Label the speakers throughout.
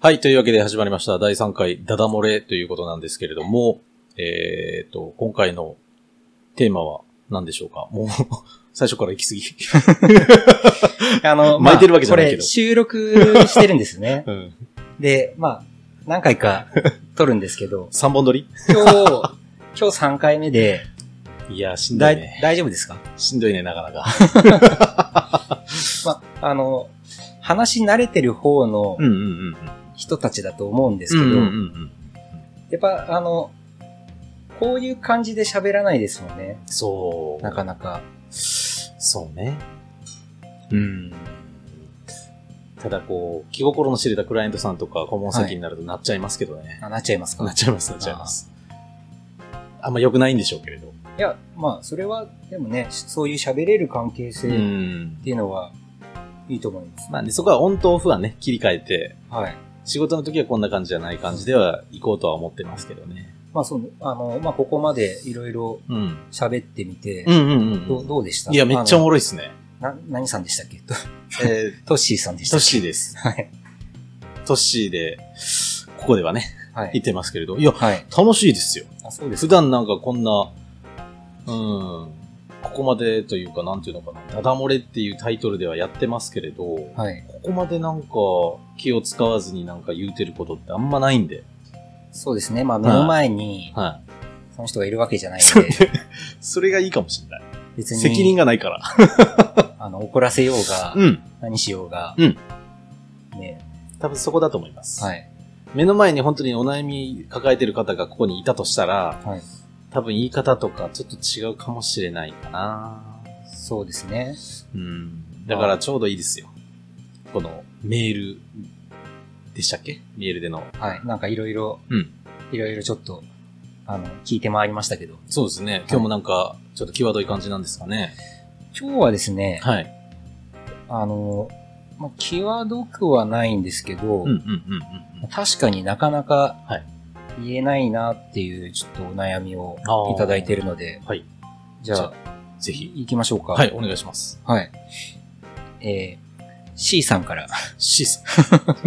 Speaker 1: はい、というわけで始まりました。第3回、ダダ漏れということなんですけれども、えーと、今回のテーマは何でしょうかもう、 最初から行き過ぎ。
Speaker 2: あの、
Speaker 1: 巻いてるわけじゃないけど。
Speaker 2: まあこれ収録してるんですね
Speaker 1: うん。
Speaker 2: で、まあ、何回か撮るんです けど、
Speaker 1: 3本撮り
Speaker 2: 今日、今日3回目で、
Speaker 1: いや、しんど
Speaker 2: だ
Speaker 1: い
Speaker 2: い
Speaker 1: ね。
Speaker 2: 大丈夫ですか
Speaker 1: しんどいね、なかなか。
Speaker 2: まあ、あの、話し慣れてる方の
Speaker 1: うんうんうん。
Speaker 2: 人たちだと思うんです
Speaker 1: う
Speaker 2: け
Speaker 1: ん
Speaker 2: ど、
Speaker 1: うんうん。
Speaker 2: やっぱ、あの、こういう感じで喋らないですもんね。
Speaker 1: そう。
Speaker 2: なかなか。
Speaker 1: そうね。うん。ただこう、気心の知れたクライアントさんとか顧問先になるとなっちゃいますけどね。
Speaker 2: あなっちゃいますか
Speaker 1: なっちゃいます、なっちゃいます。あんま良くないんでしょうけれど。
Speaker 2: いや、まあ、それは、でもね、そういう喋れる関係性
Speaker 1: う
Speaker 2: っ
Speaker 1: ん。
Speaker 2: ていうのは、いいと思います。
Speaker 1: まあね、そこはオンとオフはね、切り替えて、
Speaker 2: はい。
Speaker 1: 仕事の時はこんな感じじゃない感じでは行こうとは思ってますけどね。
Speaker 2: まあ、その、あの、まあ、ここまでいろいろ
Speaker 1: うん。
Speaker 2: 喋ってみて、
Speaker 1: うんうんうん
Speaker 2: どうどうでした
Speaker 1: いや、めっちゃおも
Speaker 2: ろ
Speaker 1: ろいっすね。
Speaker 2: な、何さんでしたっけ と
Speaker 1: え
Speaker 2: トッシーさんで
Speaker 1: ー、
Speaker 2: し
Speaker 1: トッ
Speaker 2: たっけ
Speaker 1: シーです。
Speaker 2: はい。
Speaker 1: トッシーで、ここではね、
Speaker 2: は
Speaker 1: 行
Speaker 2: い。
Speaker 1: ってますけれど。いや、
Speaker 2: はい。
Speaker 1: 楽しいですよ。
Speaker 2: あ、そうです
Speaker 1: 普
Speaker 2: か。
Speaker 1: 段なんかこんな、うん、ここまでというか、なんていうのかな、ダダ漏れっていうタイトルではやってますけれど、こ
Speaker 2: はい。
Speaker 1: こまでなんか気を使わずになんか言うてることってあんまないんで、
Speaker 2: そうですね。まあ、目の前に、
Speaker 1: は
Speaker 2: その人がいるわけじゃない
Speaker 1: い。そ
Speaker 2: の
Speaker 1: れ
Speaker 2: で、
Speaker 1: それがいいかもしれない。
Speaker 2: 別に、
Speaker 1: 責任がないから。
Speaker 2: あの、怒らせようが、
Speaker 1: うん。
Speaker 2: 何しようが、
Speaker 1: うん
Speaker 2: ね、
Speaker 1: 多分そこだと思います。
Speaker 2: はい。
Speaker 1: 目の前に本当にお悩み抱えてる方がここにいたとしたら、
Speaker 2: はい。
Speaker 1: 多分言い方とかちょっと違うかもしれないかな。
Speaker 2: そうですね。
Speaker 1: うん。だからちょうどいいですよ。このメールでしたっけメールでの。
Speaker 2: はい。なんかいろいろ、
Speaker 1: うん
Speaker 2: いろいろちょっと、あの、聞いて回りましたけど、
Speaker 1: そうですね。今日もなんか、ちょっと際どい感じなんですかね。
Speaker 2: 今日はですね、
Speaker 1: はい。
Speaker 2: あの、まあ、際どくはないんですけど、
Speaker 1: うんうんうんうん。
Speaker 2: 確かになかなか
Speaker 1: はい
Speaker 2: 言えないなっていうちょっとお悩みを
Speaker 1: あー
Speaker 2: いただいているので、
Speaker 1: はい。
Speaker 2: じゃ
Speaker 1: じゃ
Speaker 2: あ、
Speaker 1: ぜひ。
Speaker 2: 行きましょうか。
Speaker 1: はい、お願いします。
Speaker 2: はい。えー C さんから。
Speaker 1: C さん。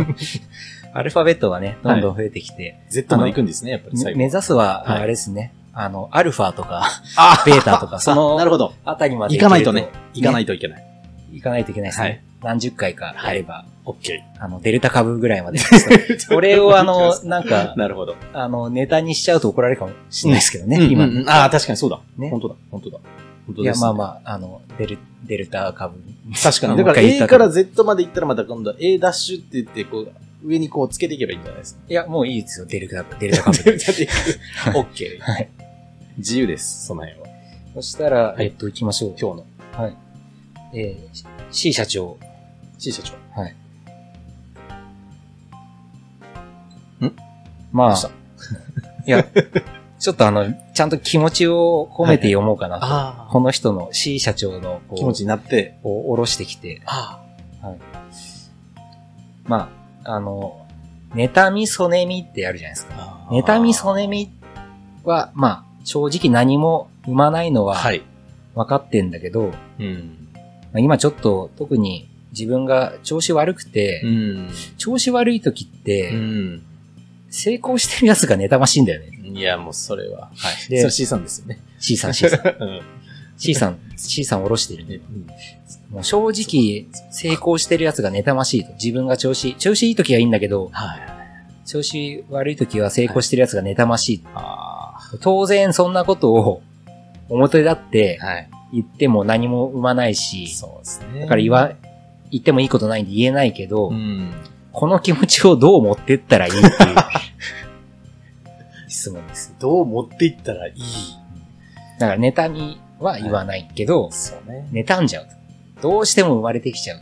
Speaker 2: アルファベットがね、どんどん増えてきて、
Speaker 1: Z まで行くんですね、やっぱり最
Speaker 2: め
Speaker 1: 後。
Speaker 2: 目指すは、
Speaker 1: はい
Speaker 2: あれですね、あの、アルファとか、
Speaker 1: あ
Speaker 2: ベータとか、そ
Speaker 1: あな
Speaker 2: の
Speaker 1: るほど。
Speaker 2: あたりまで
Speaker 1: 行かないとね。
Speaker 2: ける
Speaker 1: 行かないといけない。
Speaker 2: 行かないといけないですね。
Speaker 1: はい
Speaker 2: 何十回かあれば、
Speaker 1: OK。
Speaker 2: あの、デルタ株ぐらいまでですね。 これをあの、なんか、
Speaker 1: なるほど。
Speaker 2: あの、ネタにしちゃうと怒られるかもしれないですけどね、
Speaker 1: うん
Speaker 2: 今。
Speaker 1: うんうんああ、確かにそうだ。
Speaker 2: ね
Speaker 1: 本当だ。本当だ。本当
Speaker 2: い
Speaker 1: で
Speaker 2: や、
Speaker 1: すね。
Speaker 2: まあまあ、あの、デル、デルタ株。
Speaker 1: 確かに。
Speaker 2: ま
Speaker 1: だから
Speaker 2: あもう一回言っ
Speaker 1: A
Speaker 2: た
Speaker 1: か
Speaker 2: けど
Speaker 1: ら Z まで行ったらまた今度は A ダッシュって言って、こう、上にこうつけていけばいいんじゃない ですか。
Speaker 2: いや、もういいですよ、デルタ、デル タ株。
Speaker 1: OK。
Speaker 2: はい。
Speaker 1: 自由です、その辺は。
Speaker 2: そしたら、
Speaker 1: はい
Speaker 2: えっと、行きましょう。
Speaker 1: 今日の
Speaker 2: はい。えー、C 社長。
Speaker 1: C 社長。
Speaker 2: はい。
Speaker 1: ん
Speaker 2: ま
Speaker 1: どう
Speaker 2: あ
Speaker 1: した、
Speaker 2: いや、ちょっとあの、ちゃんと気持ちを込めて読もうかなと。
Speaker 1: あ
Speaker 2: この人の C 社長のこう
Speaker 1: 気持ちになって。
Speaker 2: を下ろしてきて、
Speaker 1: あ
Speaker 2: まあ、あの、妬み、そねみってあるじゃないですか。
Speaker 1: あ
Speaker 2: 妬み、そねみは、まあ、正直何も生まないのは
Speaker 1: はい。
Speaker 2: 分かってんだけど、ま
Speaker 1: うん。
Speaker 2: あ今ちょっと特に自分が調子悪くて、
Speaker 1: うん。
Speaker 2: 調子悪い時って、
Speaker 1: うん。
Speaker 2: 成功してるやつが妬ましいんだよね。
Speaker 1: いや、もうそれは。はい。
Speaker 2: で
Speaker 1: それ C さんですよね。
Speaker 2: C さん、C さん。
Speaker 1: うん。
Speaker 2: C さん、C さん下ろしてるん
Speaker 1: ね
Speaker 2: で。もう正直、成功してるやつが妬ましいと。自分が調子、調子いい時はいいんだけど、
Speaker 1: はい。
Speaker 2: 調子悪い時は成功してるやつが妬ましい。
Speaker 1: あ
Speaker 2: 当然そんなことを表立って
Speaker 1: あ。はい。
Speaker 2: 言っても何も生まないし、
Speaker 1: そうですね。
Speaker 2: だから言わ、言ってもいいことないんで言えないけど、
Speaker 1: うん。
Speaker 2: この気持ちをどう持ってったらいいっていう質問です。
Speaker 1: どう持っていったらいい
Speaker 2: だから妬みは言わないけど、
Speaker 1: そうね。
Speaker 2: 妬んじゃうと。どうしても生まれてきちゃう。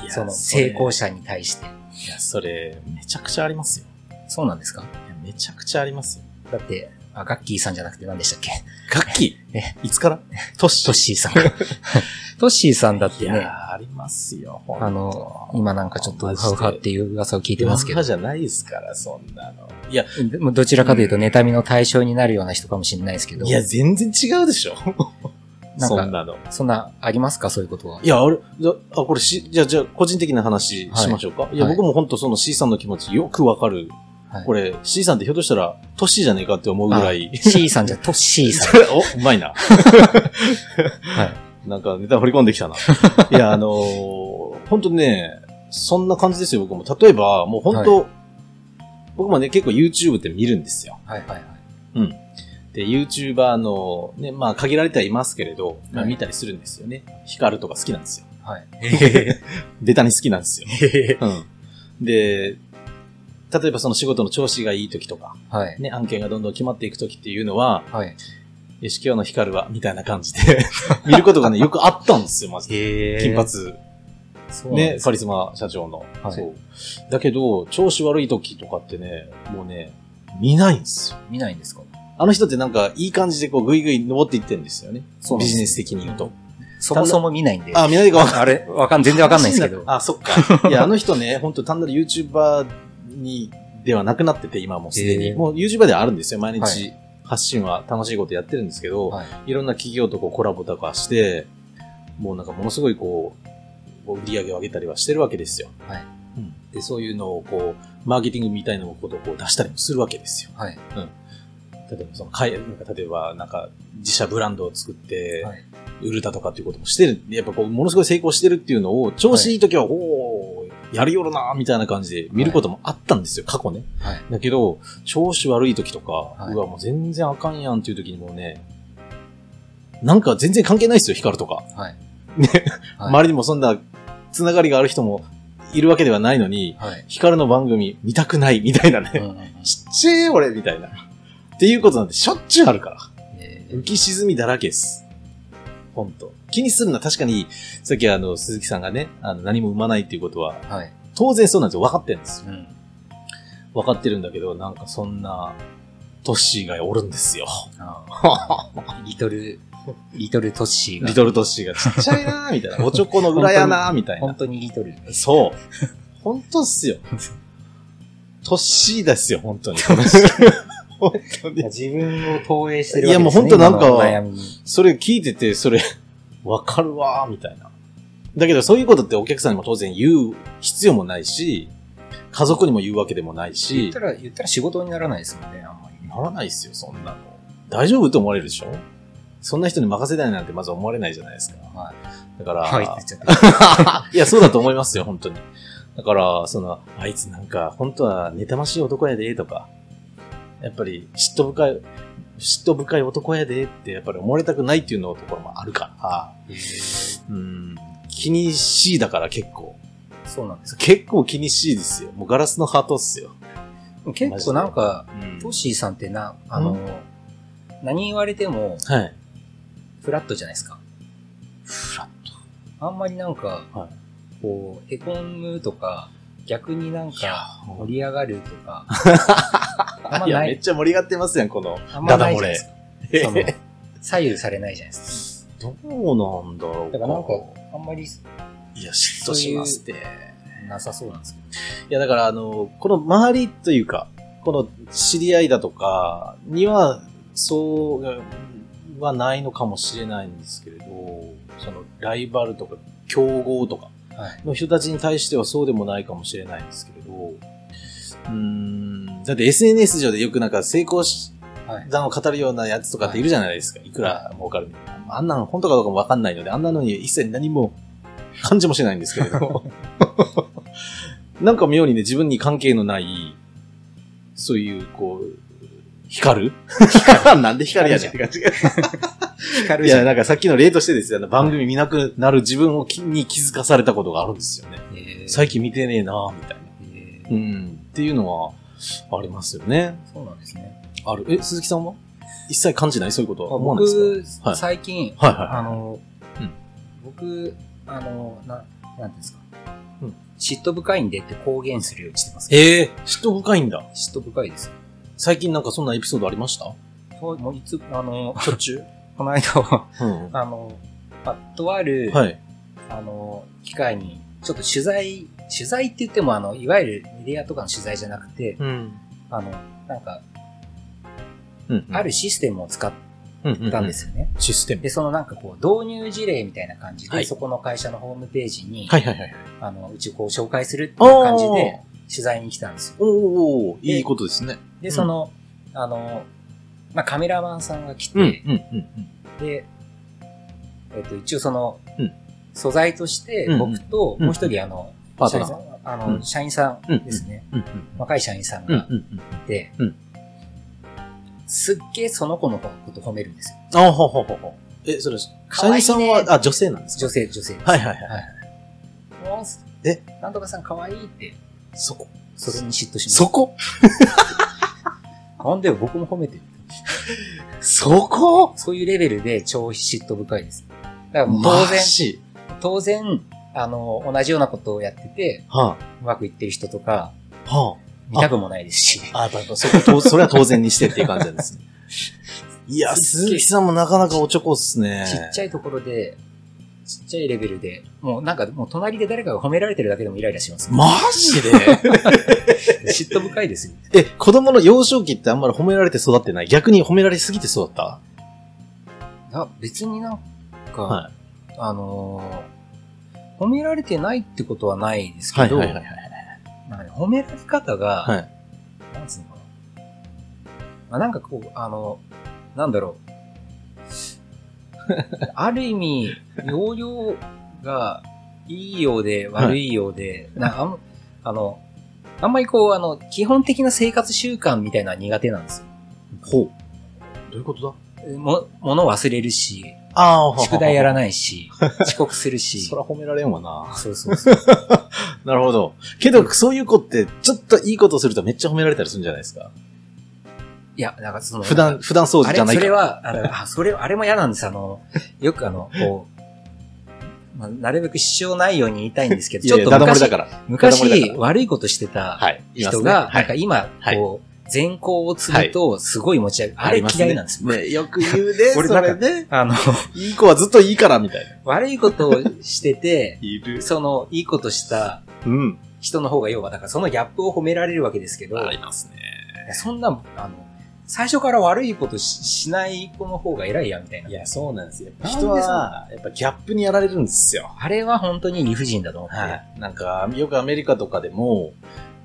Speaker 1: いや
Speaker 2: その
Speaker 1: れ
Speaker 2: 成功者に対して。
Speaker 1: いや、それ、めちゃくちゃありますよ。
Speaker 2: そうなんですか
Speaker 1: いやめちゃくちゃありますよ。
Speaker 2: だって、あ、ガッキーさんじゃなくて何でしたっけ
Speaker 1: 楽器
Speaker 2: え
Speaker 1: いつからトッシ
Speaker 2: トッシーさん。トッシーさんだっ
Speaker 1: い
Speaker 2: て
Speaker 1: や
Speaker 2: ね、
Speaker 1: ー、あありますよ、ほんと
Speaker 2: あの、今なんかちょっとウハウハっていう噂を聞いてますけ
Speaker 1: うわ
Speaker 2: ど
Speaker 1: うわ、じゃないですから、そんなの。いや、
Speaker 2: でもどちらかというと妬みの対象になるような人かもしれないですけど、
Speaker 1: いや、全然違うでしょ。
Speaker 2: なん
Speaker 1: そ
Speaker 2: か
Speaker 1: んなの。
Speaker 2: そんなありますかそういうことは。
Speaker 1: いや、あれ、じゃあ、これし、じゃあ、じゃあ、個人的な話しましょうか。い、や、
Speaker 2: はい
Speaker 1: 僕も本当その C さんの気持ちよくわかる。
Speaker 2: はい
Speaker 1: これ、C さんってひょっとしたら、年じゃねえかって思うぐらい。
Speaker 2: C さんじゃと C さ
Speaker 1: お、うまいな。
Speaker 2: ん。 はい。
Speaker 1: なんかネタ掘り込んできたな。いや、あのー、本当ね、そんな感じですよ、僕も。例えば、もう本当、僕もね、結構 YouTube って見るんですよ。
Speaker 2: はいはいはい。
Speaker 1: うん。で、YouTuber の、ね、まあ、限られてはいますけれど、まあ、
Speaker 2: はい
Speaker 1: 見たりするんですよね。光るとか好きなんですよ。
Speaker 2: はい。
Speaker 1: ベタに好きなんですよ。
Speaker 2: へ
Speaker 1: うん。で、例えばその仕事の調子がいい時とか、
Speaker 2: はい。
Speaker 1: ね、案件がどんどん決まっていく時っていうのは、
Speaker 2: はい。
Speaker 1: よし、今日の光るは、みたいな感じで、 見ることが ね、よくあったんですよ、マジで。
Speaker 2: へ
Speaker 1: 金髪。
Speaker 2: そうなん
Speaker 1: ね
Speaker 2: で、す
Speaker 1: カリスマ社長の。
Speaker 2: はい
Speaker 1: そう。だけど、調子悪い時とかってね、もうね、見ないんですよ。
Speaker 2: 見ないんですか
Speaker 1: あの人ってなんか、いい感じでこう、ぐいぐい登っていってんですよね。
Speaker 2: そうな
Speaker 1: ビ
Speaker 2: んです
Speaker 1: ジネス的に言うと。
Speaker 2: そもそも見ないんで。
Speaker 1: あ、見ないかわかんない。
Speaker 2: あれわかん、全然わかんないんですけど。
Speaker 1: あ、そっ か。いや、あの人ね、本当単なる YouTuber に、ではなくなってて、今もうすで
Speaker 2: へ
Speaker 1: に。
Speaker 2: ー
Speaker 1: もう YouTuber ではあるんですよ。毎
Speaker 2: は
Speaker 1: 日発信は楽しいことやってるんですけど、
Speaker 2: はい。
Speaker 1: いろんな企業とこうコラボとかして、もうなんかものすごいこう、売り上げを上げたりはしてるわけですよ。
Speaker 2: はい
Speaker 1: うんで、そういうのをこう、マーケティングみたいなことをこう出したりもするわけですよ。
Speaker 2: はい。
Speaker 1: 例えばその、かいなんか例えばなんか自社ブランドを作って
Speaker 2: はい、
Speaker 1: 売るだとかっていうこともしてる。やっぱこう、ものすごい成功してるっていうのを、調子いい時は、おー、やるよるなーみたいな感じで見ることもあったんですよ、過去ね。
Speaker 2: はい。
Speaker 1: だけど、調子悪い時とか、
Speaker 2: いう
Speaker 1: わ、もう全然あかんやんっていう時にもうね、なんか全然関係ないですよ、光とか。
Speaker 2: はい。
Speaker 1: ね
Speaker 2: はい。
Speaker 1: 周りにもそんな、つながりがある人もいるわけではないのに、
Speaker 2: はい。
Speaker 1: 光の番組見たくない、みたいな
Speaker 2: うん
Speaker 1: ね。
Speaker 2: うんうん
Speaker 1: ちっちゃえ、俺、みたいな。っていうことなんてしょっちゅうあるから。
Speaker 2: えー
Speaker 1: 浮き沈みだらけです。ほんと。気にするのは確かに、さっきあの、鈴木さんがね、あの、何も生まないっていうことは、
Speaker 2: はい。
Speaker 1: 当然そうなんですよ。分かってるんですよ。
Speaker 2: うん。
Speaker 1: 分かってるんだけど、なんかそんな、トッシーがおるんですよ。
Speaker 2: あ ーリトル、リトルトッシーが。
Speaker 1: リトルトッシーがちっちゃいなーみたい な。おちょこの裏やなーみたい
Speaker 2: 本
Speaker 1: な。
Speaker 2: 当にリトル。
Speaker 1: そう。本当っす よ。トッシーですよ、本当に。本当に。
Speaker 2: 自分を投影して
Speaker 1: る
Speaker 2: い
Speaker 1: わけですね
Speaker 2: や、もう本当なんか、
Speaker 1: 今の悩
Speaker 2: み
Speaker 1: それ聞いてて、それ、 わかるわーみたいな。だけど、そういうことってお客さんにも当然言う必要もないし、家族にも言うわけでもない
Speaker 2: 言
Speaker 1: し
Speaker 2: っ、たら、言ったら仕事にならないですもんね、あんまりね。
Speaker 1: ならないですよ、そんなの。大丈夫と思われるでしょそんな人に任せたいなんてまず思われないじゃないですか。
Speaker 2: は
Speaker 1: だから、
Speaker 2: い。はいって言っちゃった。
Speaker 1: いや、そうだと思いますよ、本当に。だから、その、あいつなんか、本当は妬ましい男やで、とか、やっぱり嫉妬深い、嫉妬深い男やでって、やっぱり思われたくないっていうのところもあるから、うん、気にしいだから結構。
Speaker 2: そうなんですよ。
Speaker 1: 結構気にしいですよ。もうガラスのハートっすよ。
Speaker 2: 結構なんか、
Speaker 1: うん
Speaker 2: トッシーさんってな、あの、何言われても、
Speaker 1: はい。
Speaker 2: フラットじゃないですか。
Speaker 1: フラ
Speaker 2: あんまりなんか、
Speaker 1: は
Speaker 2: こう、へこむとか、逆になん
Speaker 1: いや
Speaker 2: か、、盛り上がるとか、あんま
Speaker 1: いや、
Speaker 2: な
Speaker 1: めっ
Speaker 2: い、
Speaker 1: ちゃ盛り上がってますやん、この。
Speaker 2: あんまないじゃない
Speaker 1: れ
Speaker 2: ですか。その左右されないじゃな いです
Speaker 1: どうなんだろう
Speaker 2: か。だからなんか、あんまり
Speaker 1: いや、嫉妬しますって。
Speaker 2: なさそうなんですけ
Speaker 1: いや、だから、あの、この周りというか、この知り合いだとかには、そううんはないのかもしれないんですけれど、そのライバルとか競合とか
Speaker 2: ど。はい。
Speaker 1: の人たちに対してはそうでもないかもしれないんですけれど、うーん、だって SNS 上でよくなんか成功し
Speaker 2: はい。
Speaker 1: 談を語るようなやつとかっているじゃないですか。いくら儲かるのかあんなの本当かどうかもわかんないので、あんなのに一切何も感じもしないんですけれど。 なんか妙にね、自分に関係のない、そういう、こう、光る なんで光るやねんって感じが。
Speaker 2: 光
Speaker 1: いや、なんかさっきの例としてですよ、あの番組見なくなる自分をきに気づかされたことがあるんですよね。最近見てねえなぁみたいな。
Speaker 2: えー
Speaker 1: うん。っていうのは、ありますよね。
Speaker 2: そうなんですね。
Speaker 1: ある。え、鈴木さんは一切感じないそういうことは思わないですか
Speaker 2: 僕、
Speaker 1: はい
Speaker 2: 最近、
Speaker 1: はいはいはい
Speaker 2: あの、
Speaker 1: うん
Speaker 2: 僕、あの、な、なんていうんですか、
Speaker 1: うん
Speaker 2: 嫉妬深いんでって公言するようにしてますけど、
Speaker 1: ええ嫉妬深いんだ。
Speaker 2: 嫉妬深いです。
Speaker 1: 最近なんかそんなエピソードありました
Speaker 2: そうもういつ、あの、
Speaker 1: 途中
Speaker 2: この間は、
Speaker 1: うん。
Speaker 2: あの、まあ、とある
Speaker 1: はい。
Speaker 2: あの、機会に、ちょっと取材、取材って言っても、あの、いわゆるメディアとかの取材じゃなくて、
Speaker 1: うん。
Speaker 2: あの、なんか、
Speaker 1: うん。
Speaker 2: あるシステムを使っ
Speaker 1: る
Speaker 2: たんで。すよね。
Speaker 1: システム
Speaker 2: で、。そのなんかこう、導入事例みたいな感じで、
Speaker 1: はい
Speaker 2: そこの会社のホームページに、
Speaker 1: はいはいはい。
Speaker 2: あの、うちをこう紹介するっていう感じで、取材に来たんですよ。
Speaker 1: おー。おー
Speaker 2: で
Speaker 1: いいことですね。
Speaker 2: で、その、あの、まあ、カメラマンさんが来て、
Speaker 1: うん。うん。
Speaker 2: で、えっ、と、一応その、
Speaker 1: うん
Speaker 2: 素材として
Speaker 1: うんうん
Speaker 2: 僕と、もう一人あの、
Speaker 1: パー
Speaker 2: 社
Speaker 1: ト
Speaker 2: 員
Speaker 1: ナ
Speaker 2: さ
Speaker 1: ー。
Speaker 2: ん、あの、
Speaker 1: うん
Speaker 2: 社員さんですね、
Speaker 1: うん。
Speaker 2: 若い社員さん
Speaker 1: うん。
Speaker 2: が
Speaker 1: うん。
Speaker 2: いて、
Speaker 1: うん
Speaker 2: すっげえその子のこと褒めるんですよ。
Speaker 1: ああ、ほうほうほうほう。え、それ、社員さん
Speaker 2: 可愛い
Speaker 1: は
Speaker 2: ね、
Speaker 1: あ、女性なんですか
Speaker 2: 女性、女性です。
Speaker 1: はいはいはい。
Speaker 2: もう
Speaker 1: え
Speaker 2: なんとかさん可愛いって、
Speaker 1: そこ。
Speaker 2: それに嫉妬しました。
Speaker 1: そこ
Speaker 2: なんで僕も褒めてる
Speaker 1: そこ
Speaker 2: そういうレベルで超嫉妬深いです。だからもう当
Speaker 1: マ
Speaker 2: 然、
Speaker 1: ジ
Speaker 2: 当然、あの、同じようなことをやってて、
Speaker 1: は
Speaker 2: うまくいってる人とか、
Speaker 1: あ。は
Speaker 2: 見たくもないですし。
Speaker 1: あ。あ、だからそこ、と それは当然にしてっていう感じなんですね。いや、鈴木さんもなかなかおちょこっすね。
Speaker 2: ちっち
Speaker 1: ゃい。
Speaker 2: ゃいところで、ちっちゃいレベルで、もうなんかもう隣で誰かが褒められてるだけでもイライラします。
Speaker 1: マジで
Speaker 2: 嫉妬深いですよ。
Speaker 1: え、子供の幼少期ってあんまり褒められて育ってない逆に褒められすぎて育った
Speaker 2: あ別になんか、
Speaker 1: は
Speaker 2: あのー褒められてないってことはないです
Speaker 1: は
Speaker 2: け
Speaker 1: い
Speaker 2: ど、
Speaker 1: はいはいはい。
Speaker 2: なんかね褒められ方が、
Speaker 1: はい。
Speaker 2: なんつうのかな。まあ、なんかこう、あの、なんだろう。ある意味、容量がいいようで悪いよ うで、なあんあの、あんまりこう、あの、基本的な生活習慣みたいなのは苦手なんです
Speaker 1: ほう。どういうことだ
Speaker 2: よ。も、もの忘れるし、
Speaker 1: ああ、
Speaker 2: 宿題やら
Speaker 1: い。
Speaker 2: ないし、遅刻するし
Speaker 1: そ。ら褒められんわな。
Speaker 2: そうそうそう。
Speaker 1: なるほど。けど、そういう子って、ちょっといいことするとめっちゃ褒められたりするんじゃないですか。
Speaker 2: いや、なんかその、
Speaker 1: 普段、普段そう
Speaker 2: あ
Speaker 1: じ
Speaker 2: れ
Speaker 1: ゃない
Speaker 2: それ
Speaker 1: か。
Speaker 2: は、あのあ、それ、あれも嫌なんです。あの、よくあの、こう、まあ、なるべく支障ないように言いたいんですけど、
Speaker 1: い
Speaker 2: ち
Speaker 1: や
Speaker 2: ょ
Speaker 1: いや、
Speaker 2: っと
Speaker 1: ダダ漏れだ
Speaker 2: 昔、
Speaker 1: から。ダダ漏れだ
Speaker 2: 昔
Speaker 1: か
Speaker 2: 悪いことしてた
Speaker 1: はい。います
Speaker 2: 人
Speaker 1: ね
Speaker 2: が、
Speaker 1: は
Speaker 2: なんか
Speaker 1: い。
Speaker 2: 今、
Speaker 1: はい
Speaker 2: こう、善行を積むと、すごい持ち上げ、あ
Speaker 1: り
Speaker 2: れ
Speaker 1: ます
Speaker 2: 嫌いなんですよ。、
Speaker 1: ね、よく言 うね
Speaker 2: 俺
Speaker 1: そ
Speaker 2: なんか
Speaker 1: れね。
Speaker 2: あの、
Speaker 1: いい子はずっといいから、みたいな。
Speaker 2: 悪いことをしてて、
Speaker 1: いる。
Speaker 2: その、いいことした
Speaker 1: うん。
Speaker 2: 人の方が、要は、だからそのギャップを褒められるわけですけど、
Speaker 1: あり
Speaker 2: い
Speaker 1: ますね。
Speaker 2: やそんな、あの、最初から悪いことししない子の方が偉いや、みたいな。
Speaker 1: いや、そうなんですよ。
Speaker 2: なんで
Speaker 1: 人は、やっぱギャップにやられるんですよ。
Speaker 2: あれは本当に理不尽だと思って。
Speaker 1: はい。なんか、よくアメリカとかでも、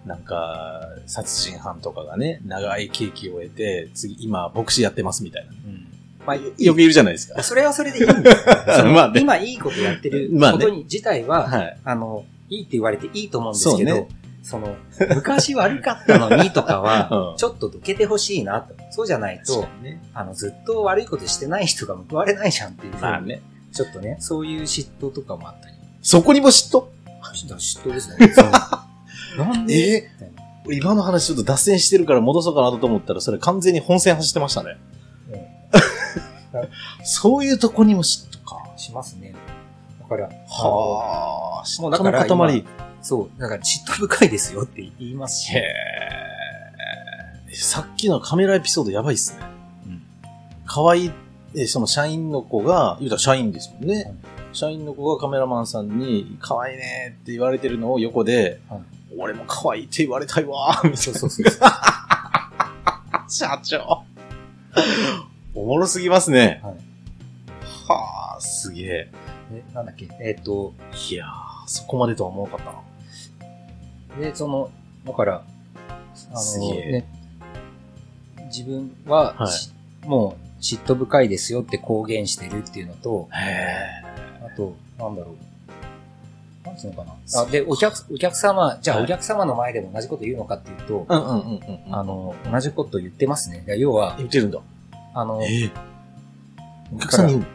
Speaker 1: なんか、殺人犯とかがね、長い刑期を得て、次、今、牧師やってますみたいな。
Speaker 2: うん
Speaker 1: まあ、よく言うじゃないですか。
Speaker 2: それはそれでいいんですよそ の
Speaker 1: まあね
Speaker 2: 今いいことやってる
Speaker 1: まあ
Speaker 2: こ
Speaker 1: ね
Speaker 2: とに自体 は、
Speaker 1: はい。
Speaker 2: あの、いいって言われていいと思うんですけど、
Speaker 1: そ
Speaker 2: そ,、
Speaker 1: うね
Speaker 2: の、昔悪かったのにとか
Speaker 1: うん
Speaker 2: は、ちょっとどけてほしいなと。そうじゃない
Speaker 1: そう
Speaker 2: と、あの、ずっと悪いことしてない人が報われないじゃんっていうふうに、
Speaker 1: まあね。
Speaker 2: ちょっとね、そういう嫉妬とかもあったり。
Speaker 1: そこにも嫉妬
Speaker 2: 嫉妬嫉 妬ですね。そのなんで
Speaker 1: え俺今の話ちょっと脱線してるから戻そうかなと思ったら、それ完全に本線走ってましたね。 そういうとこにも嫉妬か。
Speaker 2: うんしますね。だから、あ
Speaker 1: はあ、
Speaker 2: も
Speaker 1: 嫉
Speaker 2: うだ
Speaker 1: 妬
Speaker 2: から
Speaker 1: の塊。
Speaker 2: のそう、だから嫉妬深いですよって言いますし
Speaker 1: へ。え。さっきのカメラエピソードやばいっすね。
Speaker 2: うん
Speaker 1: 可愛いえ、その社員の子が、言うたら社員ですもんね。
Speaker 2: はい
Speaker 1: 社員の子がカメラマンさんに、可愛いねって言われてるのを横で、
Speaker 2: はい
Speaker 1: 俺も可愛いって言われたいわーみたい
Speaker 2: そう
Speaker 1: な。
Speaker 2: そうそう。
Speaker 1: 社長。おもろすぎますね。
Speaker 2: はい
Speaker 1: はあ、すげえ。
Speaker 2: え、なんだっけ、えっ、と、
Speaker 1: いやー、そこまでとは思わなかったな。
Speaker 2: で、その、だから、あ
Speaker 1: す
Speaker 2: の、
Speaker 1: げえ
Speaker 2: ね、自分は、
Speaker 1: はい
Speaker 2: しもう嫉妬深いですよって公言してるっていうのと、
Speaker 1: へ
Speaker 2: あと、なんだろう。なんつうのかな。
Speaker 1: そ
Speaker 2: あで、お客、お客様、じゃあ
Speaker 1: はい
Speaker 2: お客様の前でも同じこと言うのかっていうと、
Speaker 1: うんうんうんうんうん。
Speaker 2: あの、同じこと言ってますね。いや要は、
Speaker 1: 言ってるんだ。
Speaker 2: あの、
Speaker 1: ええ。お客さんに言う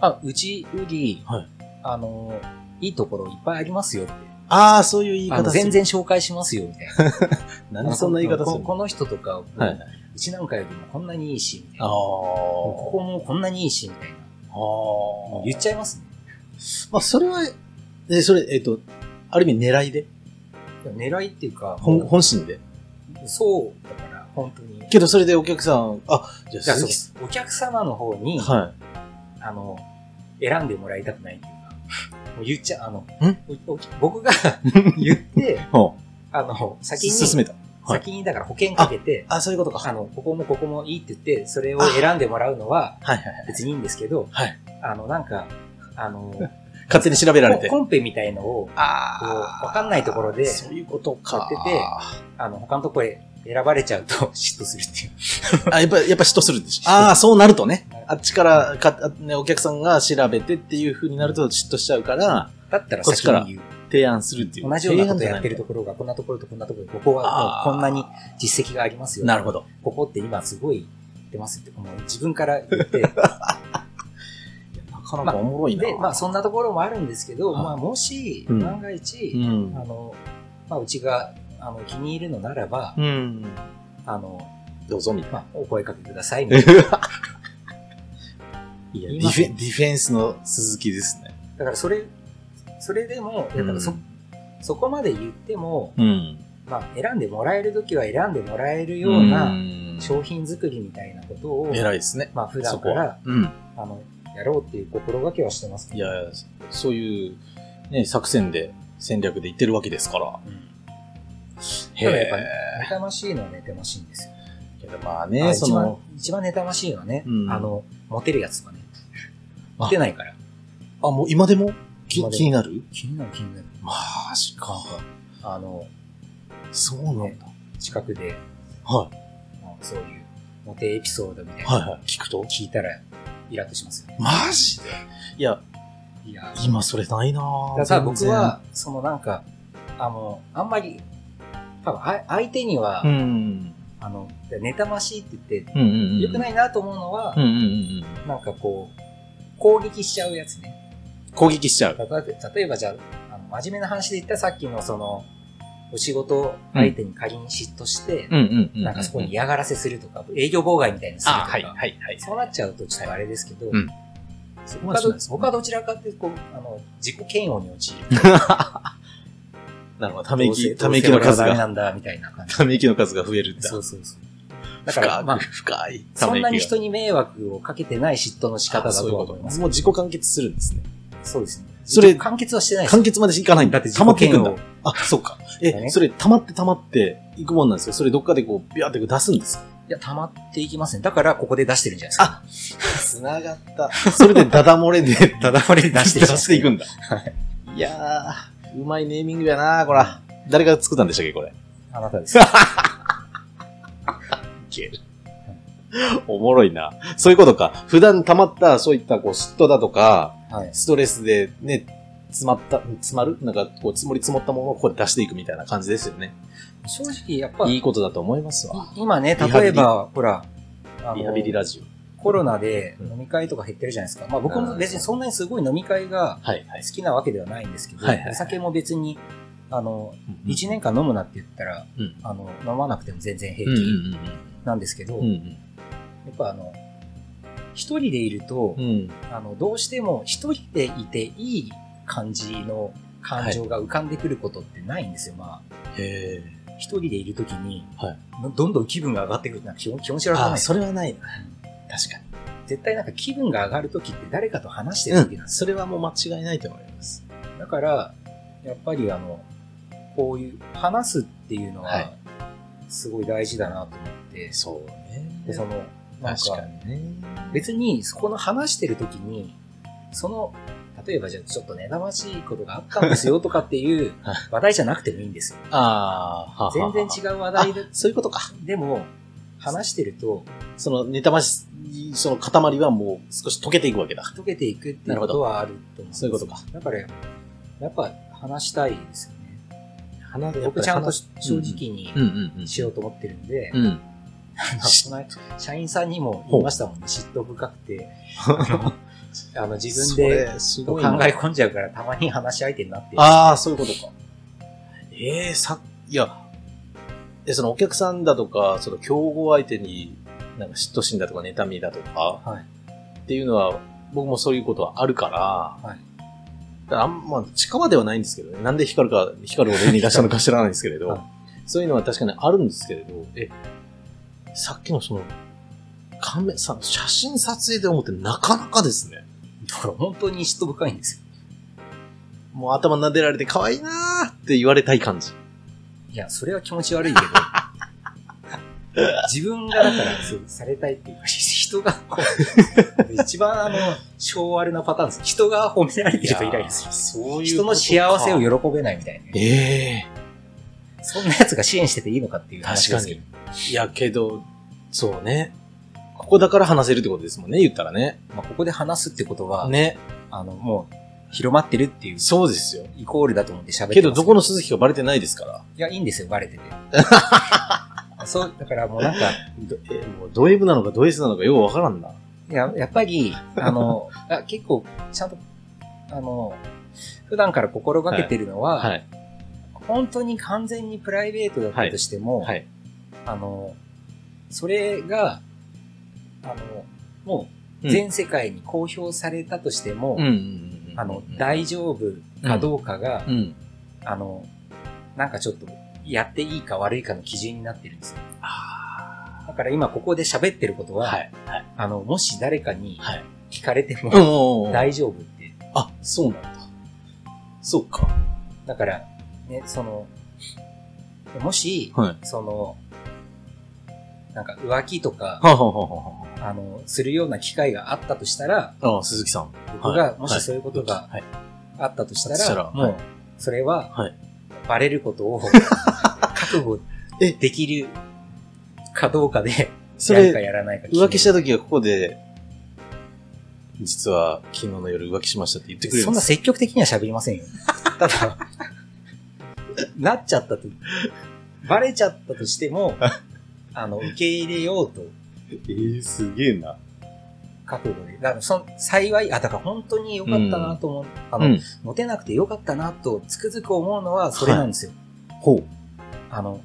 Speaker 2: あ、うちより、
Speaker 1: はい
Speaker 2: あの、いいところいっぱいありますよって。
Speaker 1: ああ、そういう言い
Speaker 2: あ
Speaker 1: 方
Speaker 2: の
Speaker 1: する
Speaker 2: 全。然紹介しますよ、みたいな。
Speaker 1: なん でそんな言い方す
Speaker 2: こ
Speaker 1: る
Speaker 2: こ
Speaker 1: の
Speaker 2: の人とか、
Speaker 1: はいはい。
Speaker 2: うちなんかよりもこんなにいいし、みたい
Speaker 1: あ
Speaker 2: な。ここ
Speaker 1: あ。
Speaker 2: もこんなにいいし、みたいな。
Speaker 1: ああ。
Speaker 2: 言っちゃいますね。
Speaker 1: まあ、それは、え、それ、えっと、ある意味狙いで。
Speaker 2: 狙いっていうか、
Speaker 1: 本、
Speaker 2: もう
Speaker 1: 本心で。
Speaker 2: そうだから、本当に。
Speaker 1: けど、それでお客さん、あ、じゃあ、
Speaker 2: じゃあ
Speaker 1: 鈴
Speaker 2: そう
Speaker 1: 木さ
Speaker 2: お客様の方に、
Speaker 1: ん。は
Speaker 2: あの、選んでもらいたくないっていうか、もう言っちゃ、あの
Speaker 1: ん、
Speaker 2: おお僕が 言って、
Speaker 1: ほ
Speaker 2: あの、先
Speaker 1: う。
Speaker 2: に、
Speaker 1: 進めた。はい
Speaker 2: 先にだから保険かけて、
Speaker 1: あ、そういうことか。
Speaker 2: あの、ここもここもいいって言って、それを選んでもらうのは
Speaker 1: はいはいはい。
Speaker 2: 別にいいんですけど、
Speaker 1: はい
Speaker 2: あの、なんか、あの、
Speaker 1: 勝手に調べられて。
Speaker 2: コンペみたいのを、
Speaker 1: あ
Speaker 2: こうわかんないところで
Speaker 1: そういうことか。
Speaker 2: やっててあの、他のとこへ選ばれちゃうと 嫉妬するっていう。
Speaker 1: あ、やっぱ、やっぱ嫉妬するんでしょ。ああ、そうなるとね
Speaker 2: はい。
Speaker 1: あっちからか、あね、お客さんが調べてっていう風になると嫉妬しちゃうから、
Speaker 2: だったら
Speaker 1: こっち
Speaker 2: 先
Speaker 1: から
Speaker 2: に言う。
Speaker 1: 提案するっていう。
Speaker 2: 同じようなことやってる
Speaker 1: 提案じゃない
Speaker 2: ところが、こんなところとこんなところで、ここは
Speaker 1: あー
Speaker 2: もうこんなに実績がありますよ。
Speaker 1: なるほど。
Speaker 2: ここって今すごい言ってますって、もう自分から言 って、
Speaker 1: なかなかおもろいな。
Speaker 2: で、まあそんなところもあるんですけど、
Speaker 1: はい
Speaker 2: まあもし、
Speaker 1: うん
Speaker 2: 万が一、
Speaker 1: うん
Speaker 2: あ。の、まあうちが、あの、気に入るのならば、
Speaker 1: うん。
Speaker 2: あの、
Speaker 1: どうぞ、みたいな。
Speaker 2: まあ、お声かけください、みたいな。
Speaker 1: いや、デ
Speaker 2: 言い
Speaker 1: ィ
Speaker 2: ます
Speaker 1: フェディフェンスの鈴木ですね。
Speaker 2: だからそれ、それでも、だからそ、そこまで言っても、
Speaker 1: うん。
Speaker 2: まあ、選んでもらえるときは選んでもらえるよ
Speaker 1: よ
Speaker 2: う
Speaker 1: う
Speaker 2: な
Speaker 1: な
Speaker 2: 商品作りみたいなことを、
Speaker 1: 偉いですね。
Speaker 2: まあ、普
Speaker 1: そ
Speaker 2: 段か
Speaker 1: こは
Speaker 2: ら、。
Speaker 1: うん。
Speaker 2: あの、やろうっていう心がけはしてますけ
Speaker 1: い
Speaker 2: ど。
Speaker 1: や、そういう、ね、作戦で、戦略でいってるわけですから。
Speaker 2: うん
Speaker 1: へ
Speaker 2: ただやっぱ
Speaker 1: え。
Speaker 2: 妬ましいのは妬ましいんですよ。
Speaker 1: けどまあ
Speaker 2: あ
Speaker 1: ね、そ
Speaker 2: 一番
Speaker 1: の、、
Speaker 2: 一番妬ましいのはね、
Speaker 1: うん
Speaker 2: あの、モテるやつとかね。
Speaker 1: あ
Speaker 2: モテないから。
Speaker 1: あ、もう今でも気
Speaker 2: 今でも
Speaker 1: 気になる
Speaker 2: 気になる気になる。
Speaker 1: マジか。
Speaker 2: あの、
Speaker 1: そうなんだ。
Speaker 2: 近くで、
Speaker 1: はい。
Speaker 2: まあそういう、モテエピソードみたいなの
Speaker 1: はいはい。聞くと
Speaker 2: 聞いたら、イラッとしますよね。
Speaker 1: マジでいや、
Speaker 2: いや
Speaker 1: 今それないなぁ
Speaker 2: だから僕は、、そのなんか、あの、あんまり、多分あ相手には、
Speaker 1: 全然うん。
Speaker 2: あの、妬ましいって言って、
Speaker 1: うんうんうん。
Speaker 2: 良くないいなと思うのは、
Speaker 1: うんうんうん
Speaker 2: なんかこう、攻撃しちゃうやつね。
Speaker 1: うん。攻撃しちゃう。
Speaker 2: たと例えばじゃあ、あの真面目な話で言ったらさっきのその、お仕事相手に仮に嫉妬して、
Speaker 1: うんうんうん。
Speaker 2: なんかそこに嫌がらせするとか、営業妨害みたいにすると
Speaker 1: あ、
Speaker 2: か、
Speaker 1: はいはいはい。
Speaker 2: そうなっちゃうとちょっとあれですけど、
Speaker 1: うん
Speaker 2: そ
Speaker 1: こ
Speaker 2: こ
Speaker 1: まで
Speaker 2: は
Speaker 1: しない
Speaker 2: ど
Speaker 1: ですね
Speaker 2: 僕はどちらかっていうとこうあの自己嫌悪に陥る。
Speaker 1: なるほど。ため
Speaker 2: どうせ
Speaker 1: 息、ため息の数
Speaker 2: どうせ俺はダ
Speaker 1: が、
Speaker 2: メなんだ、みたいな感じ。
Speaker 1: ため息の数が増えるんだ。
Speaker 2: そうそうそう。だから、
Speaker 1: 深く
Speaker 2: まあ、
Speaker 1: 深い。
Speaker 2: そんなに人に迷惑をかけてない嫉妬の仕方だとは思います。
Speaker 1: もう自己完結するんですね。
Speaker 2: そうですね。
Speaker 1: それ
Speaker 2: 完結はしてないです
Speaker 1: 完結までいかないんだ。
Speaker 2: だって自己嫌悪。
Speaker 1: あ、そうか。
Speaker 2: だ
Speaker 1: え、
Speaker 2: ね
Speaker 1: それ溜まって溜まっていくもんなんですよ。それどっかでこう、ビャーってこう出すんですか
Speaker 2: いや、溜まっていきますね。だから、ここで出してるんじゃないですか。
Speaker 1: あ繋がった。それでダダ漏れで、 ダダ漏れで
Speaker 2: 出してい
Speaker 1: 出
Speaker 2: く
Speaker 1: していくんだ。いやー、うまいネーミングやなこら。誰が作ったんでしたっけ、これ。
Speaker 2: あなたです。
Speaker 1: おもろいな。そういうことか。普段溜まった、そういったこう、嫉妬だとか、
Speaker 2: はい。
Speaker 1: ストレスでね、詰まった、詰まるなんか、こう、積もり積もったものをこう出していくみたいな感じですよね。
Speaker 2: 正直、やっぱ、
Speaker 1: いいことだと思いますわ。
Speaker 2: 今ね、
Speaker 1: リハビ
Speaker 2: 例
Speaker 1: リ
Speaker 2: えば、ほら、あ
Speaker 1: リハビリ
Speaker 2: の、
Speaker 1: ラジオ。
Speaker 2: コロナで飲み会とか減ってるじゃないですか。まあ僕も別にそんなにすごい飲み会が
Speaker 1: はい、は
Speaker 2: 好きなわけではないんですけど、
Speaker 1: はいはい
Speaker 2: お酒も別に、あの、
Speaker 1: い。
Speaker 2: 1年間飲むなって言ったら、
Speaker 1: うん
Speaker 2: あの飲まなくても全然
Speaker 1: う
Speaker 2: 平
Speaker 1: んうん
Speaker 2: 気なんですけど、
Speaker 1: うんうん。うん
Speaker 2: やっぱあの一人でいると、
Speaker 1: うん。うん。
Speaker 2: あのどうしても一人でいていい感じの感情が浮かんでくることってないんですよ、ま
Speaker 1: へえ。
Speaker 2: あ一人でいるときに、
Speaker 1: はい
Speaker 2: のどんどん気分が上がってくるってなんか基本気持ち悪く
Speaker 1: あ
Speaker 2: な
Speaker 1: あ、
Speaker 2: い
Speaker 1: それはないな。確かに。
Speaker 2: 絶対なんか気分が上がるときって誰かと話してる
Speaker 1: う
Speaker 2: ときなん
Speaker 1: ん、
Speaker 2: です
Speaker 1: それはもう間違いないと思います。
Speaker 2: よ、だからやっぱりあのこういう話すっていうのは、
Speaker 1: はい
Speaker 2: すごい大事だなと思って
Speaker 1: そうね。
Speaker 2: でそのなん
Speaker 1: 確
Speaker 2: か
Speaker 1: かにね。
Speaker 2: 別に、そこの話してる時に、その、例えばじゃあちょっとねだましいことがあったんですよとかっていう
Speaker 1: はい
Speaker 2: 話題じゃなくてもいいんですよ。
Speaker 1: ああ、は
Speaker 2: 全然
Speaker 1: う。
Speaker 2: 違う話
Speaker 1: あ
Speaker 2: 題で
Speaker 1: そういうことか。
Speaker 2: でも、話してると
Speaker 1: その、ネタまし、その塊はもう少し溶けていくわけだ。
Speaker 2: 溶けていくっていうことはあると思うんです
Speaker 1: そういうことか。
Speaker 2: だから、やっぱ話したいですよね。
Speaker 1: 花で
Speaker 2: 僕ちゃんと
Speaker 1: し
Speaker 2: 正直に
Speaker 1: うんうんうん。
Speaker 2: しようと思ってるんで、
Speaker 1: うん。
Speaker 2: あのこの間社員さんにも言いましたもんね、嫉妬深くて。あのあの自分で、
Speaker 1: す
Speaker 2: 考
Speaker 1: ごいな
Speaker 2: え込んじゃうから、たまに話し相手になってる。
Speaker 1: ああ、そういうことか。ええさ、いや、でそのお客さんだとか、その競合相手に、なんか嫉妬心だとか、妬みだとか、
Speaker 2: はい
Speaker 1: っていうのは、僕もそういうことはあるから、
Speaker 2: はい
Speaker 1: だからあんまあ、近場ではないんですけどね。なんで光るか、光るを例に出したのか知らないんですけれど、
Speaker 2: はい
Speaker 1: そういうのは確かにあるんですけれど、え、さっきのその、カメさ写真撮影で思ってなかなかですね。
Speaker 2: だから本当に嫉妬深いんですよ。
Speaker 1: もう頭撫でられて可愛いなーって言われたい感じ。
Speaker 2: いや、それは気持ち悪いけど。自分がだから、そう、されたいっていうか、人がこう、一番あの、昭和なパターンです。人が褒められてるとイライラする。
Speaker 1: そういう
Speaker 2: 人の幸せを喜べないみたいなね。
Speaker 1: ええ
Speaker 2: そんな奴が支援してていいのかっていう話ですけど。
Speaker 1: いや、けど、そうね。ここだから話せるってことですもんね、言ったらね。
Speaker 2: まあ、ここで話すってことは、
Speaker 1: ね。
Speaker 2: あの、もう、広まってるっていう、
Speaker 1: そうですよ。
Speaker 2: イコールだと思って喋ってます
Speaker 1: けど、どこの鈴木かバレてないですから。
Speaker 2: いや、いいんですよ、バレてて。 そう、だからもうなんか、
Speaker 1: どえもうド M なのかド S なのかようわからんな。
Speaker 2: ややっぱり、あの、あ結構、ちゃんと、あの、普段から心がけてるのは、
Speaker 1: はい。
Speaker 2: 本当に完全にプライベートだったとしても、
Speaker 1: はい。
Speaker 2: あの、それが、あの、もう、全世界に公表されたとしても、
Speaker 1: うんうんうんうん。
Speaker 2: あの、大丈夫かどうかが、
Speaker 1: うん。
Speaker 2: あの、なんかちょっと、やっていいか悪いかの基準になってるんですよ。だから今ここで喋ってることは、
Speaker 1: はい。
Speaker 2: あの、もし誰かに
Speaker 1: はい
Speaker 2: 聞かれて
Speaker 1: うん
Speaker 2: も
Speaker 1: うんうん。
Speaker 2: 大丈夫って。
Speaker 1: あ、そうなんだ。そうか。
Speaker 2: だから、ね、その、もし、
Speaker 1: はい。
Speaker 2: その、なんか浮気とか、
Speaker 1: はあはあはあは
Speaker 2: あの、するような機会があったとしたら、
Speaker 1: あ。ああ、鈴木さん。
Speaker 2: 僕
Speaker 1: は
Speaker 2: が
Speaker 1: い
Speaker 2: もしそういうことが
Speaker 1: はい。
Speaker 2: あったとしたら、
Speaker 1: したら
Speaker 2: も
Speaker 1: は
Speaker 2: う、それは
Speaker 1: はい、
Speaker 2: バレること を覚悟
Speaker 1: え
Speaker 2: できるかどうかで、
Speaker 1: そ
Speaker 2: やるか
Speaker 1: れ、
Speaker 2: やらないか決め
Speaker 1: 浮
Speaker 2: る
Speaker 1: 気した時はここで、実は昨日の夜浮気しましたって言ってくれる
Speaker 2: そんな
Speaker 1: です
Speaker 2: 積極的には喋りませ んよ。ただ、なっちゃったと、バレちゃったとして も、あの、受け入れようと
Speaker 1: えー、すげえな。
Speaker 2: 覚悟で。だからそん幸い、あ、だから本当に良かったなと思う、あの、
Speaker 1: うん。
Speaker 2: モテなくて良かったなとつくづく思うのはそれなんですよ。
Speaker 1: ほう。
Speaker 2: あの、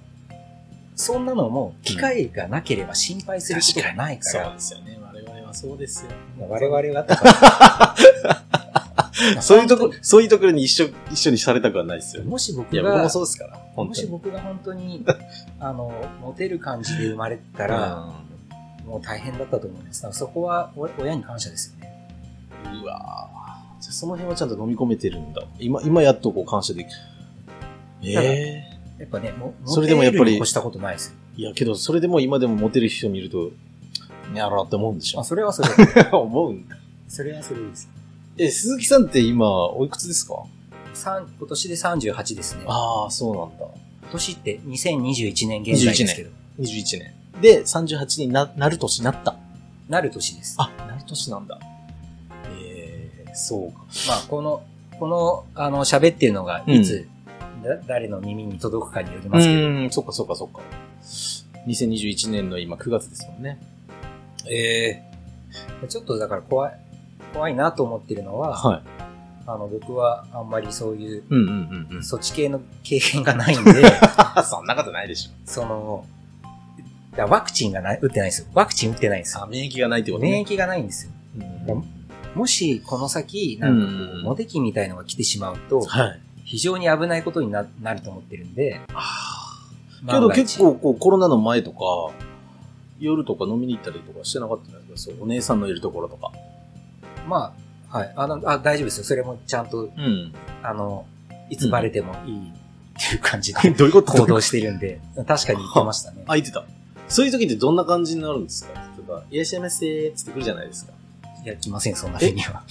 Speaker 2: そんなのも機会がなければ心配することがないか
Speaker 1: そう
Speaker 2: ら、
Speaker 1: ですよね。我々はそうですよ。
Speaker 2: 我々はだから、
Speaker 1: そう いうとこ
Speaker 2: 本、
Speaker 1: そういうところに一緒、一緒にされたくはないです
Speaker 2: 当
Speaker 1: よ
Speaker 2: に
Speaker 1: ね。
Speaker 2: もし僕
Speaker 1: いや、僕
Speaker 2: が
Speaker 1: も、そうですから。本
Speaker 2: も
Speaker 1: 当
Speaker 2: し
Speaker 1: に。
Speaker 2: 僕が本当に、 あの、モテる感じで生まれたら、
Speaker 1: う
Speaker 2: もう大変だったと思います。だからそこはお親に感謝ですよね。
Speaker 1: んうわぁじゃあその辺はちゃんと飲み込めてるんだ。今、今やっとこう感謝できる。
Speaker 2: ただ
Speaker 1: ええ
Speaker 2: やっぱね、も
Speaker 1: それでもやっぱり
Speaker 2: モテるに越したことないですよ。
Speaker 1: いや、けど、それでも今でもモテる人見ると、やろうって思うんでし
Speaker 2: まあ、
Speaker 1: ょ。
Speaker 2: それはそれ。
Speaker 1: 思うん
Speaker 2: それはそれです。
Speaker 1: え、鈴木さんって今、おいくつですか
Speaker 2: 三今年で38ですね。今
Speaker 1: ああ、そうなんだ。
Speaker 2: 年って2021年現在ですけど、
Speaker 1: 21年。で、38にななる年になった。
Speaker 2: なる年です。
Speaker 1: あ、なる年なんだ。ええそうか。
Speaker 2: まあ、この、この、あの、喋っていうのが、いつ、だ誰の耳に届くかによりますけど、
Speaker 1: うん、そっかそっかそっか。2021年の今9月ですもんね。ええ
Speaker 2: ちょっとだから怖い、怖いなと思ってるのは、
Speaker 1: はい。
Speaker 2: あの、僕はあんまりそういう、
Speaker 1: うんうんうん うん。そ
Speaker 2: そっち系の経験がないんで、
Speaker 1: んなことないでしょ。
Speaker 2: その、だワクチンがない、打ってないんですよ。ワクチン打ってないんです
Speaker 1: あ、
Speaker 2: よ。
Speaker 1: 免疫がないってこと
Speaker 2: 免
Speaker 1: ね。
Speaker 2: 疫がないんですよ。
Speaker 1: う
Speaker 2: うん
Speaker 1: ん
Speaker 2: もし、この先、なんかこ
Speaker 1: う
Speaker 2: う、
Speaker 1: ん
Speaker 2: モテ期みたいのが来てしまうと、
Speaker 1: はい。
Speaker 2: 非常に危ないことにななると思ってるんで、
Speaker 1: けど結構こうコロナの前とか、夜とか飲みに行ったりとかしてなかったじゃないですか。そうお姉さんのいるところとか。
Speaker 2: まあ、はい。あの、あ、大丈夫ですよ。それもちゃんと、
Speaker 1: うん。
Speaker 2: あの、いつバレてもいいっていう感じ で
Speaker 1: どういうこと
Speaker 2: 行動してるんで、確かに言ってました ね。
Speaker 1: あ、言ってた。そういう時ってどんな感じになるんですか例えば、いらっしゃいませーっつってくるじゃないですか。
Speaker 2: いや、来ません、そんな日には。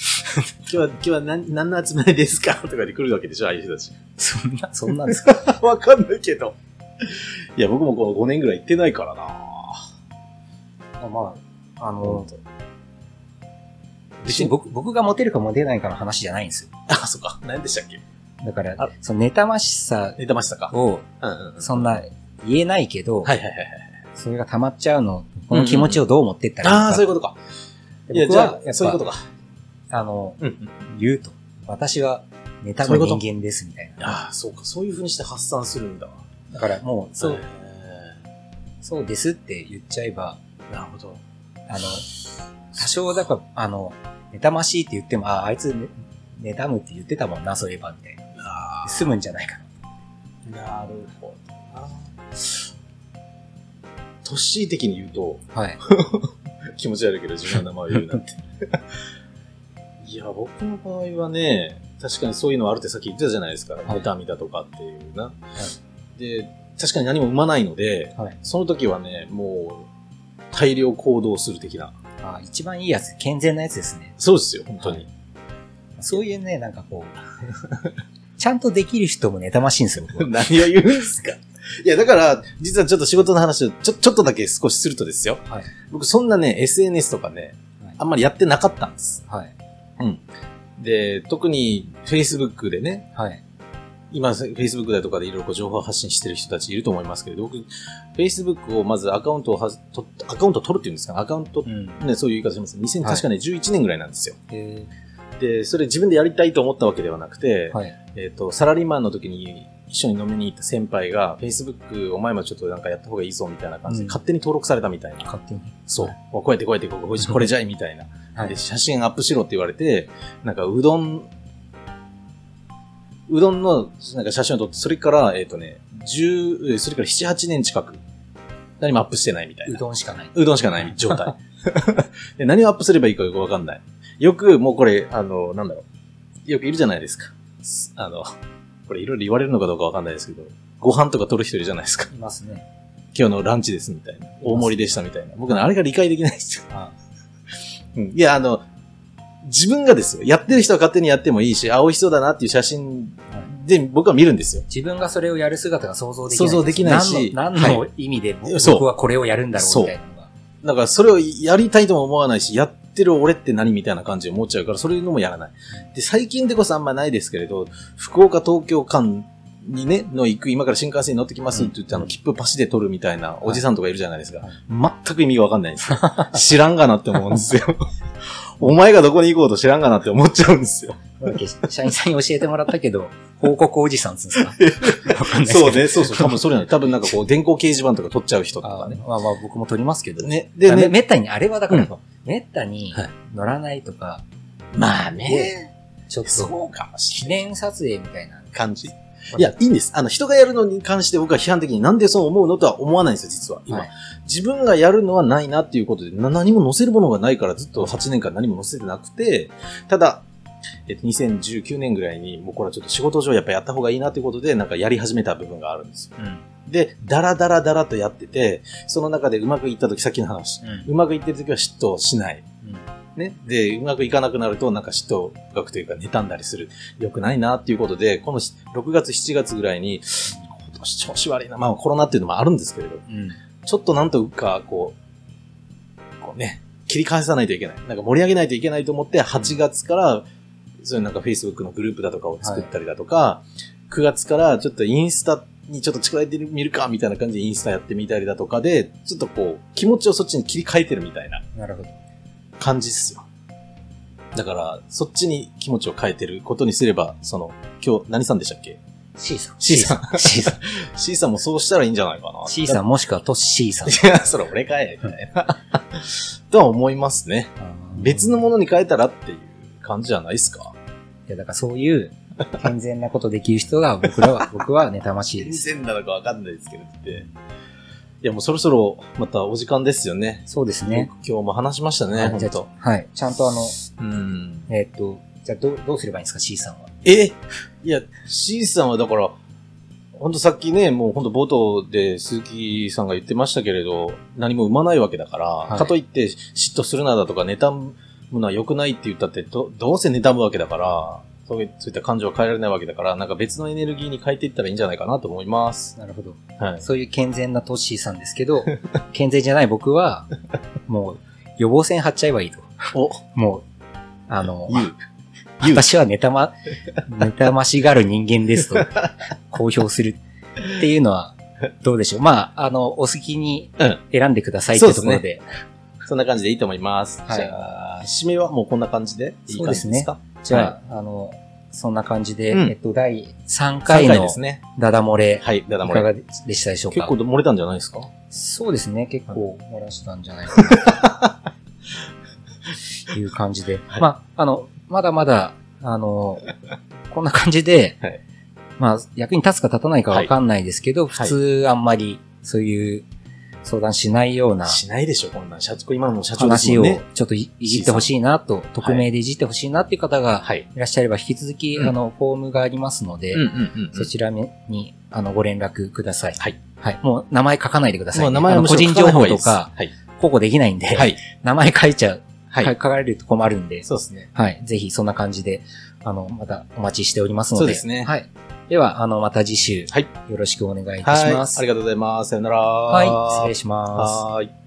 Speaker 1: 今日は、今日は何何の集まりですか とかで来るわけでしょああいう人たち。
Speaker 2: そんな、そんなんですか。
Speaker 1: わかんないけど。いや、僕もこう5年ぐらい行ってない からな
Speaker 2: あまあ、あの、別
Speaker 1: 別
Speaker 2: に
Speaker 1: に僕、
Speaker 2: 僕僕がモテるかモテないかの話じゃないんですよ。
Speaker 1: あ、そっか。何でしたっけ
Speaker 2: だから
Speaker 1: あ、
Speaker 2: その妬ましさ
Speaker 1: ネタましたか。
Speaker 2: を、
Speaker 1: うんうんうん。
Speaker 2: そんな、言えないけど、
Speaker 1: はいはいはいはい。
Speaker 2: それが溜まっちゃうの、この気持ちをどう持ってったらいいの
Speaker 1: あ
Speaker 2: か。
Speaker 1: あ、そういうことか。い
Speaker 2: で
Speaker 1: や、
Speaker 2: 僕
Speaker 1: じ
Speaker 2: は
Speaker 1: ゃ
Speaker 2: や
Speaker 1: あ、
Speaker 2: っ
Speaker 1: そういうこと
Speaker 2: ぱ、
Speaker 1: か。
Speaker 2: あの、
Speaker 1: うんうん。
Speaker 2: 言うと。私は、妬
Speaker 1: そういう
Speaker 2: む
Speaker 1: こと
Speaker 2: 人間です、みたいな。
Speaker 1: ああ、そうか。そういう風にして発散するんだわ。
Speaker 2: だからもう、そう
Speaker 1: へ、
Speaker 2: そうですって言っちゃえば、
Speaker 1: ー。なるほど。
Speaker 2: あの、多少だから、あの、妬ましいって言っても、ああ、あいつ、ね、妬むって言ってたもんな、そういえば、みたいな。
Speaker 1: あ
Speaker 2: 済むんじゃないかな。
Speaker 1: あ、なるほどな。年的に言うと、
Speaker 2: はい。
Speaker 1: 気持ち悪いけど自分の名前を言うなんて。いや、僕の場合はね、確かにそういうのはあるってさっき言ってたじゃないですか。
Speaker 2: い
Speaker 1: 痛みだとかっていうな。で、確かに何も生まないので、
Speaker 2: はい。
Speaker 1: その時はね、もう、大量行動する的な。
Speaker 2: あ一番いいやつ、健全なやつですね。
Speaker 1: そうですよ、本当に。
Speaker 2: はいそういうね、なんかこう、 ちゃんとできる人も妬ましいんですよ、僕 は。
Speaker 1: 何を言うんですかいや、だから、実はちょっと仕事の話をちょ、ちょっとだけ少しするとですよ。
Speaker 2: はい
Speaker 1: 僕、そんなね、SNS とかね、あんまりやってなかったんです。
Speaker 2: はい。
Speaker 1: で、特に Facebook でね、
Speaker 2: はい。
Speaker 1: 今 Facebook だとかでいろいろこう情報発信してる人たちいると思いますけれど、僕、Facebook をまずアカウントをはと、アカウントを取るっていうんですかね、アカウント、
Speaker 2: うん。
Speaker 1: ね、そういう言い方します。2000、
Speaker 2: はい
Speaker 1: 確かね、11年ぐらいなんですよ。
Speaker 2: え
Speaker 1: で、それ自分でやりたいと思ったわけではなくて、
Speaker 2: ー、はい。
Speaker 1: えっ、と、サラリーマンの時に一緒に飲みに行った先輩が、Facebook お前もちょっとなんかやった方がいいぞみたいな感じで、
Speaker 2: うん
Speaker 1: 勝手に登録されたみたいな。
Speaker 2: 勝手に。
Speaker 1: そう。こうやってこうやってこここれじゃいみたいな。
Speaker 2: は
Speaker 1: で、
Speaker 2: い。
Speaker 1: 写真アップしろって言われて、なんかうどん、うどんのなんか写真を撮って、それから、えっ、とね、10、えーそれから7、8年近く、何もアップしてないみたいうな。
Speaker 2: どんしかない。
Speaker 1: うどんしかない状態。 で何をアップすればいいかよくわかんない。よく、もうこれ、あの、なんだろう。よくいるじゃないですか。すあの、これいろいろ言われるのかどうかわかんないですけど、ご飯とか撮る人いるじゃないですか。
Speaker 2: いますね。
Speaker 1: 今日のランチですみたいな。大盛りでしたみたいな。僕ね、あれが理解できないんですよ。
Speaker 2: あ
Speaker 1: うんいや、あの、自分がですよ。やってる人は勝手にやってもいいし、あ、美味しそうだなっていう写真で僕は見るんですよ。
Speaker 2: 自分がそれをやる姿が想像できない。
Speaker 1: 想像できないし
Speaker 2: 何の何の意味で僕
Speaker 1: そう
Speaker 2: 僕はこれをやるんだろうみたいなのが。
Speaker 1: だからそれをやりたいとも思わないし、やってる俺って何みたいな感じで思っちゃうから、そういうのもやらない。で、最近でこそあんまないですけれど、福岡東京間にね、の行く、今から新幹線に乗ってきますって言って、
Speaker 2: うん
Speaker 1: あの、切符パシで取るみたいなおじさんとかいるじゃないですか
Speaker 2: はい。
Speaker 1: 全く意味わかんないん ですよ。知らんがなって思うんですよ。お前がどこに行こうと知らんがなって思っちゃうんですよ。
Speaker 2: なんだっけ社員さんに教えてもらったけど、 報告おじさんっつうん ですかわかんないですけど。
Speaker 1: そうね、そう そう、多分それなの。多分なんかこう、電光掲示板とか撮っちゃう人と
Speaker 2: あ
Speaker 1: か
Speaker 2: ー
Speaker 1: ね。
Speaker 2: まあまあ僕も撮りますけど。
Speaker 1: ね、
Speaker 2: で
Speaker 1: でね、
Speaker 2: めったに、あれはだから、
Speaker 1: うん
Speaker 2: めったに
Speaker 1: はい
Speaker 2: 乗らないとか、
Speaker 1: まあ
Speaker 2: ね、ちょっと、
Speaker 1: そうかもし
Speaker 2: 記
Speaker 1: れない
Speaker 2: 念撮影みたいな。
Speaker 1: 感じ。いや、いいんです。あの、人がやるのに関して僕は批判的になんでそう思うのとは思わないんですよ、実は。今。
Speaker 2: はい
Speaker 1: 自分がやるのはないなっていうことで、な何も載せるものがないからずっと8年間何も載せてなくて、ただ、えっと、2019年ぐらいに、もうこれはちょっと仕事上やっぱやった方がいいなっていうことで、なんかやり始めた部分があるんですよ。
Speaker 2: うん。
Speaker 1: で、ダラダラダラとやってて、その中でうまくいった時、さっきの話、
Speaker 2: うん
Speaker 1: うまくいってる時は嫉妬しない。ね。で、うまくいかなくなると、なんか嫉妬深くというか、妬んだりする。良くないなっていうことで、このし6月、7月ぐらいに、今年調子悪いな。まあコロナっていうのもあるんですけれど、
Speaker 2: うん。
Speaker 1: ちょっとなんとか、こう、こうね、切り返さないといけない。なんか盛り上げないといけないと思って、8月から、そういうなんか Facebook のグループだとかを作ったりだとか、9月からちょっとインスタにちょっと力入れてみるか、みたいな感じでインスタやってみたりだとかで、ちょっとこう、気持ちをそっちに切り替えてるみたいな。
Speaker 2: なるほど。
Speaker 1: 感じっすよ。だから、そっちに気持ちを変えてることにすれば、その、今日、何さんでしたっけ
Speaker 2: C さん。
Speaker 1: C さ
Speaker 2: ん。C さん。
Speaker 1: ?C さんもそうしたらいいんじゃないかな。
Speaker 2: C さ
Speaker 1: ん。
Speaker 2: んもしくはトッシーさん。
Speaker 1: いや、それ俺かい、みたいな。 とは思いますね。別の
Speaker 2: い
Speaker 1: ものに変えたらっていう感じじゃないですか。
Speaker 2: や、だからそういう、健全なことできる人が、僕らは、 僕は妬ましい
Speaker 1: 全
Speaker 2: です。
Speaker 1: 然なのかわかんないですけどって。いや、もうそろそろ、またお時間ですよね。
Speaker 2: そうですね。
Speaker 1: 今日も話しましたね、
Speaker 2: はい
Speaker 1: ほ
Speaker 2: じゃ
Speaker 1: ん
Speaker 2: あちょ
Speaker 1: と。
Speaker 2: はい。ちゃんとあの、
Speaker 1: うん。
Speaker 2: えーっと、じゃあどう、どうすればいいんですか、C さんは。
Speaker 1: えいや、C さんはだから、ほんとさっきね、もうほんと冒頭で鈴木さんが言ってましたけれど、何も生まないわけだから、
Speaker 2: い
Speaker 1: かといって嫉妬するなだとか、妬むのは良くないって言ったって、どどうせ妬むわけだから、そういそういった感情は変えられないわけだから、なんか別のエネルギーに変えていったらいいんじゃないかなと思います。
Speaker 2: なるほど。
Speaker 1: はい。
Speaker 2: そういう健全なトッシーさんですけど、 健全じゃない僕は、もう、予防線張っちゃえばいいと。
Speaker 1: お、
Speaker 2: もう、あの、
Speaker 1: 言う。言う。
Speaker 2: 私は妬ま、妬ましがる人間です と、公表するっていうのは、どうでしょう。まあ、あの、お好きに
Speaker 1: うん
Speaker 2: 選んでくださいっていうところで。
Speaker 1: そんな感じでいいと思います。
Speaker 2: はい
Speaker 1: じゃあ、締めはもうこんな感じでいい感じですか
Speaker 2: じゃあ、あの、そんな感じで、
Speaker 1: うん
Speaker 2: えっと、第3
Speaker 1: ?3
Speaker 2: 回
Speaker 1: 回
Speaker 2: の
Speaker 1: ですね。
Speaker 2: ダダ漏れ、
Speaker 1: はい、だだ
Speaker 2: い
Speaker 1: 漏
Speaker 2: か
Speaker 1: れ。
Speaker 2: がでしたでしょう
Speaker 1: 結
Speaker 2: か
Speaker 1: 構。漏れたんじゃないですか
Speaker 2: そうですね、結構漏らしたんじゃないかな。 という感じで。
Speaker 1: はい
Speaker 2: まあ、あの、まだまだ、あの、こんな感じで、
Speaker 1: はい
Speaker 2: まあ、役に立つか立たないかわかんないですけど、
Speaker 1: い
Speaker 2: 普通あんまり、そういう、相談しないような
Speaker 1: しないでしょ、こんなん。社長、今の社長です
Speaker 2: 話
Speaker 1: もん
Speaker 2: を
Speaker 1: ね。
Speaker 2: ちょっといいじってほしいなと、匿名でいじってほしいなっていう方が
Speaker 1: はい。
Speaker 2: いらっしゃれば、引き続き、
Speaker 1: うん
Speaker 2: あの、フォームがありますので、
Speaker 1: うん
Speaker 2: そちらに、あの、ご連絡ください。
Speaker 1: はい。
Speaker 2: はい。もう、名前書かないでください、
Speaker 1: もう名
Speaker 2: あ
Speaker 1: 前
Speaker 2: の
Speaker 1: は
Speaker 2: 個人情報とか、
Speaker 1: はい。
Speaker 2: 保護できないんで、
Speaker 1: はい。
Speaker 2: 名前書いちゃう、
Speaker 1: は
Speaker 2: 書
Speaker 1: い。
Speaker 2: かれると困るんで、
Speaker 1: そうですね。
Speaker 2: はい。ぜひ、そんな感じで、あの、またお待ちしておりますの
Speaker 1: そ
Speaker 2: で。
Speaker 1: うですね
Speaker 2: はい。では、あの、また次週、
Speaker 1: はい
Speaker 2: よろしくお願いいたし
Speaker 1: はい。
Speaker 2: ま
Speaker 1: あ
Speaker 2: す。
Speaker 1: りがとうございます。さよなら。
Speaker 2: はい。失礼します。
Speaker 1: はーい。